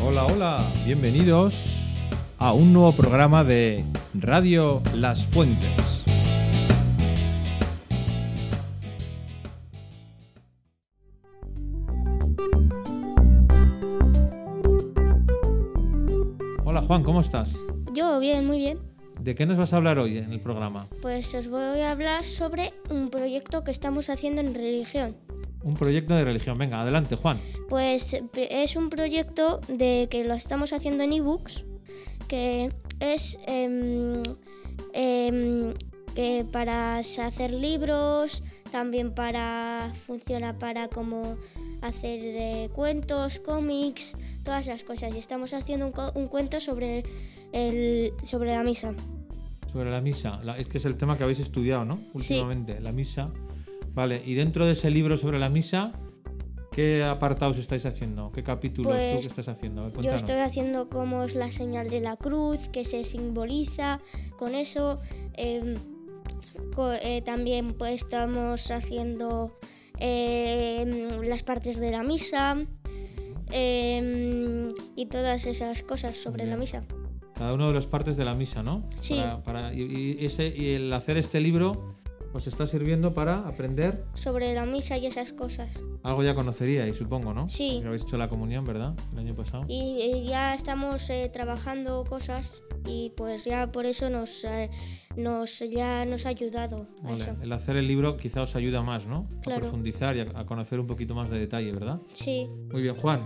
Hola, bienvenidos a un nuevo programa de Radio Las Fuentes. Hola Juan, ¿cómo estás? Yo bien, muy bien. ¿De qué nos vas a hablar hoy en el programa? Pues os voy a hablar sobre un proyecto que estamos haciendo en religión. Un proyecto de religión. Venga, adelante Juan. Pues eh, es un proyecto de que lo estamos haciendo en ebooks, que es em, em, que para s- hacer libros, también para funciona para como hacer eh, cuentos, cómics, todas esas cosas. Y estamos haciendo un, co- un cuento sobre el sobre la misa. Sobre la misa, la- es que es el tema que habéis estudiado, ¿no? Últimamente, la misa. Vale, y dentro de ese libro sobre la misa, ¿qué apartados estáis haciendo? ¿Qué capítulos tú Pues, que estás haciendo? A ver, Yo cuéntanos. estoy haciendo como es la señal de la cruz, que se simboliza con eso. eh, co- eh, también pues estamos haciendo eh, las partes de la misa eh, y todas esas cosas sobre Muy la bien. misa. Cada uno de las partes de la misa, ¿no? Sí. Para, para- y, y ese, y el hacer este libro os está sirviendo para aprender Sobre la misa y esas cosas. algo ya conoceríais, supongo, ¿no? Sí. Que Habéis hecho la comunión, ¿verdad? El año pasado. Y, eh, ya estamos eh, trabajando cosas y pues ya por eso nos, eh, nos ya nos ha ayudado a Vale, eso. El hacer el libro quizá os ayuda más, ¿no? A Claro. profundizar y a- a conocer un poquito más de detalle, ¿verdad? Sí. Muy bien, Juan.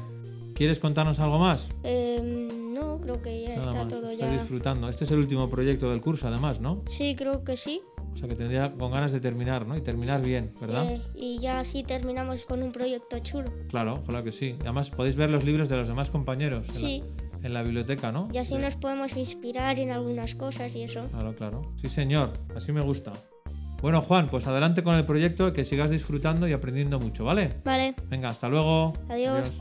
¿Quieres contarnos algo más? Em, no, creo que ya Nada está más, todo estás ya. disfrutando. Este es el último proyecto del curso, además, ¿no? Sí, creo que sí. O sea que tendría con ganas de terminar, ¿no? Y terminar bien, ¿verdad? Eh, y ya así terminamos con un proyecto chulo. Claro, claro que sí. Además, podéis ver los libros de los demás compañeros en, Sí. la, en la biblioteca, ¿no? Y así De- nos podemos inspirar en algunas cosas y eso. Claro, claro. Sí, señor. Así me gusta. Bueno, Juan, pues adelante con el proyecto y que sigas disfrutando y aprendiendo mucho, ¿vale? Vale, Venga, hasta luego. Adiós.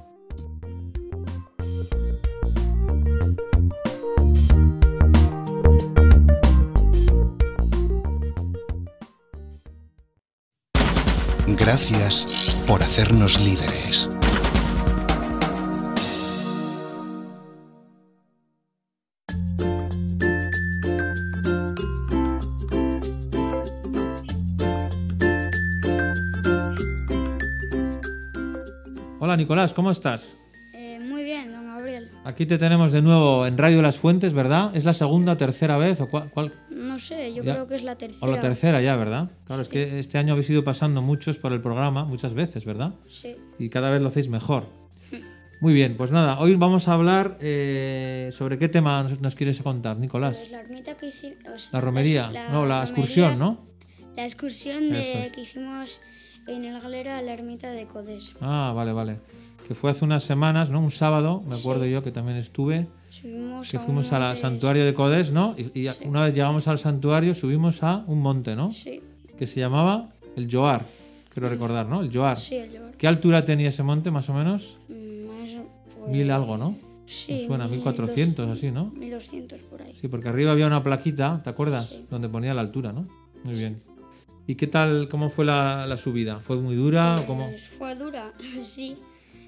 Gracias por hacernos líderes. Hola, Nicolás, ¿cómo estás? Eh, muy bien, don Gabriel. Aquí te tenemos de nuevo en Radio Las Fuentes, ¿verdad? ¿Es la segunda, tercera vez o cuál- cuál, No sé, yo Ya. creo que es la O tercera. la tercera ya, ¿verdad? Claro, es que este año habéis ido pasando muchos por el programa, muchas veces, ¿verdad? Sí. Y cada vez lo hacéis mejor. Muy bien, pues nada, hoy vamos a hablar eh, sobre qué tema nos, nos quieres contar, Nicolás. Pues la ermita que hicimos. La romería, no, la excursión, ¿no? La excursión Eso de, es. que hicimos en el galera a la ermita de Codés. Ah, vale, vale. Que fue hace unas semanas, ¿no? Un sábado, me acuerdo yo que también estuve, Subimos que Pues a un fuimos al monte- santuario de Codés, ¿no? Y, y una vez llegamos al santuario subimos a un monte, ¿no? Sí, Que se llamaba el Joar, quiero recordar, ¿no? El Joar. sí, el llor. ¿Qué altura tenía ese monte, más o menos? Más. pues, Mil algo, ¿no? Sí. Me suena, mil 1400, dos- así, ¿no? 1200 por ahí. Sí, porque arriba había una plaquita, ¿te acuerdas? Sí. Donde ponía la altura, ¿no? Muy bien. ¿Y qué tal, cómo fue la, la subida? ¿Fue muy dura? o Ah, cómo? Pues fue dura, sí.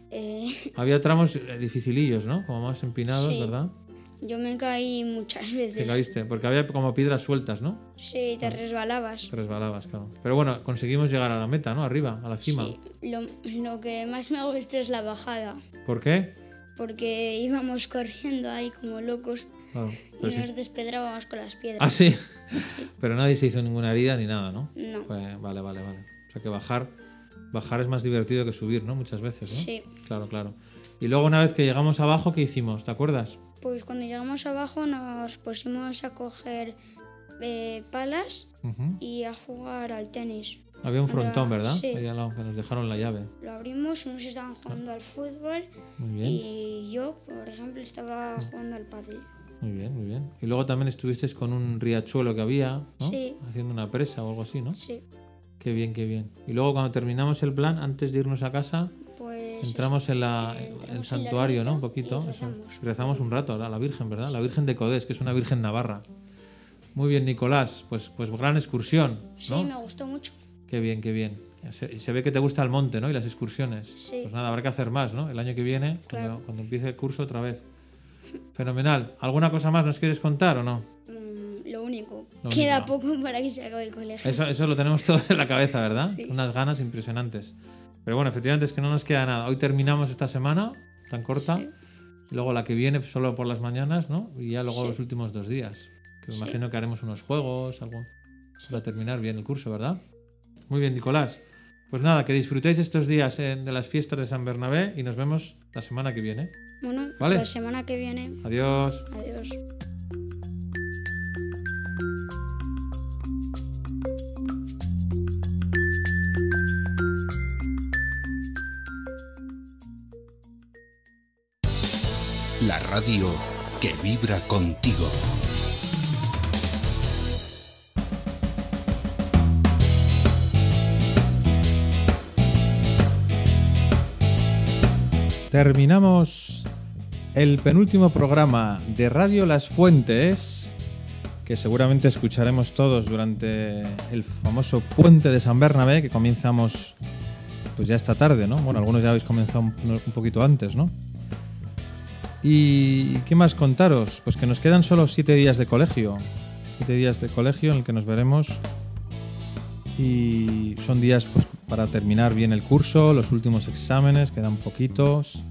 Eh, Había tramos eh, dificilillos, ¿no? Como más empinados, Sí. ¿verdad? yo me caí muchas Te veces. caíste, Ah. porque había como piedras sueltas, ¿no? Sí, te resbalabas. Te resbalabas, claro. Pero bueno, conseguimos llegar a la meta, ¿no? Arriba, a la cima. Sí, lo, lo que más me gusta es la bajada, ¿Por qué? porque íbamos corriendo ahí como locos Claro, y pero sí. nos despedrábamos con las piedras. Ah, sí. Pero nadie se hizo ninguna herida ni nada, ¿no? No. Fue- vale, vale, vale. O sea que bajar, bajar es más divertido que subir, ¿no? Muchas veces, ¿no? Sí. Claro, claro. Y luego una vez que llegamos abajo, ¿qué hicimos? ¿Te acuerdas? Pues cuando llegamos abajo nos pusimos a coger eh, palas Ujú. y a jugar al tenis. Había un Otra- frontón, ¿verdad? sí. Ahí al lado, que nos dejaron la llave. Lo abrimos, unos estaban jugando al fútbol Muy bien, y yo, por ejemplo, estaba jugando al pádel. muy bien, muy bien. Y luego también estuvisteis con un riachuelo que había, ¿no? Sí. Haciendo una presa o algo así, ¿no? Sí, Qué bien, qué bien. Y luego cuando terminamos el plan, antes de irnos a casa, pues... entramos en la, eh, en entramos el en santuario, la ¿no? Un ermita poquito. y eso. rezamos. Y rezamos un rato a la Virgen, ¿verdad? La Virgen de Codés, que es una Virgen navarra. Muy bien, Nicolás. Pues, pues gran excursión, Sí, ¿no? me gustó mucho. Qué bien, qué bien. Se, se ve que te gusta el monte, ¿no? Y las excursiones. Sí. Pues nada, habrá que hacer más, ¿no? El año que viene, Claro. cuando, cuando empiece el curso otra vez. Fenomenal. ¿Alguna cosa más nos quieres contar o no? Mm, lo único. Lo Queda único. poco para que se acabe el colegio. Eso, eso lo tenemos todos en la cabeza, ¿verdad? Sí. Unas ganas impresionantes. Pero bueno, efectivamente es que no nos queda nada. Hoy terminamos esta semana tan corta. Sí. Luego la que viene solo por las mañanas, ¿no? Y ya luego Sí. los últimos dos días. Que me Sí. imagino que haremos unos juegos, algo para terminar bien el curso, ¿verdad? Muy bien, Nicolás. Pues nada, que disfrutéis estos días eh, de las fiestas de San Bernabé y nos vemos la semana que viene. Bueno, hasta Vale. la semana que viene. Adiós. Adiós. La radio que vibra contigo. Terminamos el penúltimo programa de Radio Las Fuentes, que seguramente escucharemos todos durante el famoso puente de San Bernabé, que comenzamos pues ya esta tarde, ¿no? Bueno, algunos ya habéis comenzado un un poquito antes, ¿no? ¿Y qué más contaros? Pues que nos quedan solo siete días de colegio. Siete días de colegio en el que nos veremos y son días pues, para terminar bien el curso, los últimos exámenes, quedan poquitos,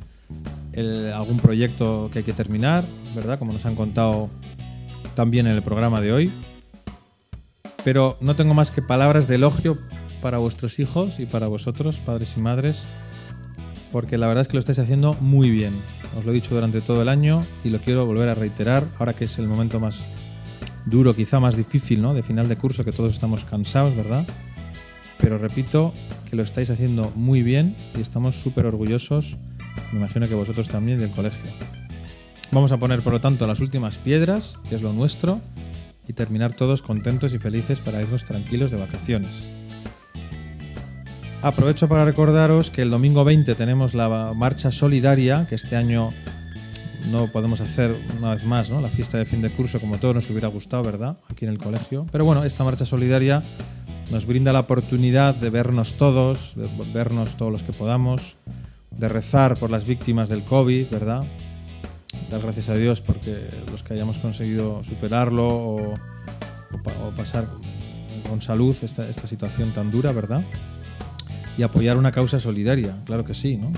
el- algún proyecto que hay que terminar, ¿verdad? Como nos han contado también en el programa de hoy. Pero no tengo más que palabras de elogio para vuestros hijos y para vosotros, padres y madres, porque la verdad es que lo estáis haciendo muy bien. Os lo he dicho durante todo el año y lo quiero volver a reiterar ahora que es el momento más duro, quizá más difícil, ¿no? De final de curso, que todos estamos cansados, ¿verdad? Pero repito que lo estáis haciendo muy bien y estamos súper orgullosos, me imagino que vosotros también, del colegio. Vamos a poner, por lo tanto, las últimas piedras, que es lo nuestro, y terminar todos contentos y felices para irnos tranquilos de vacaciones. Aprovecho para recordaros que el domingo 20 tenemos la marcha solidaria, que este año no podemos hacer una vez más ¿no? la fiesta de fin de curso como todo nos hubiera gustado, ¿verdad? Aquí en el colegio. Pero bueno, esta marcha solidaria nos brinda la oportunidad de vernos todos, de vernos todos los que podamos, de rezar por las víctimas del COVID, ¿verdad? Dar gracias a Dios porque los que hayamos conseguido superarlo o, o pa- o pasar con salud esta, esta situación tan dura, ¿verdad? Y apoyar una causa solidaria, claro que sí, ¿no?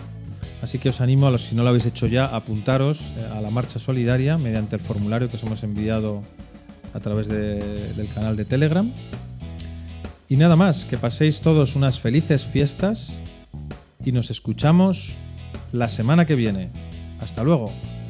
Así que os animo a los si no lo habéis hecho ya, a apuntaros eh, a la marcha solidaria mediante el formulario que os hemos enviado a través de- del canal de Telegram. Y nada más, que paséis todos unas felices fiestas y nos escuchamos la semana que viene. Hasta luego.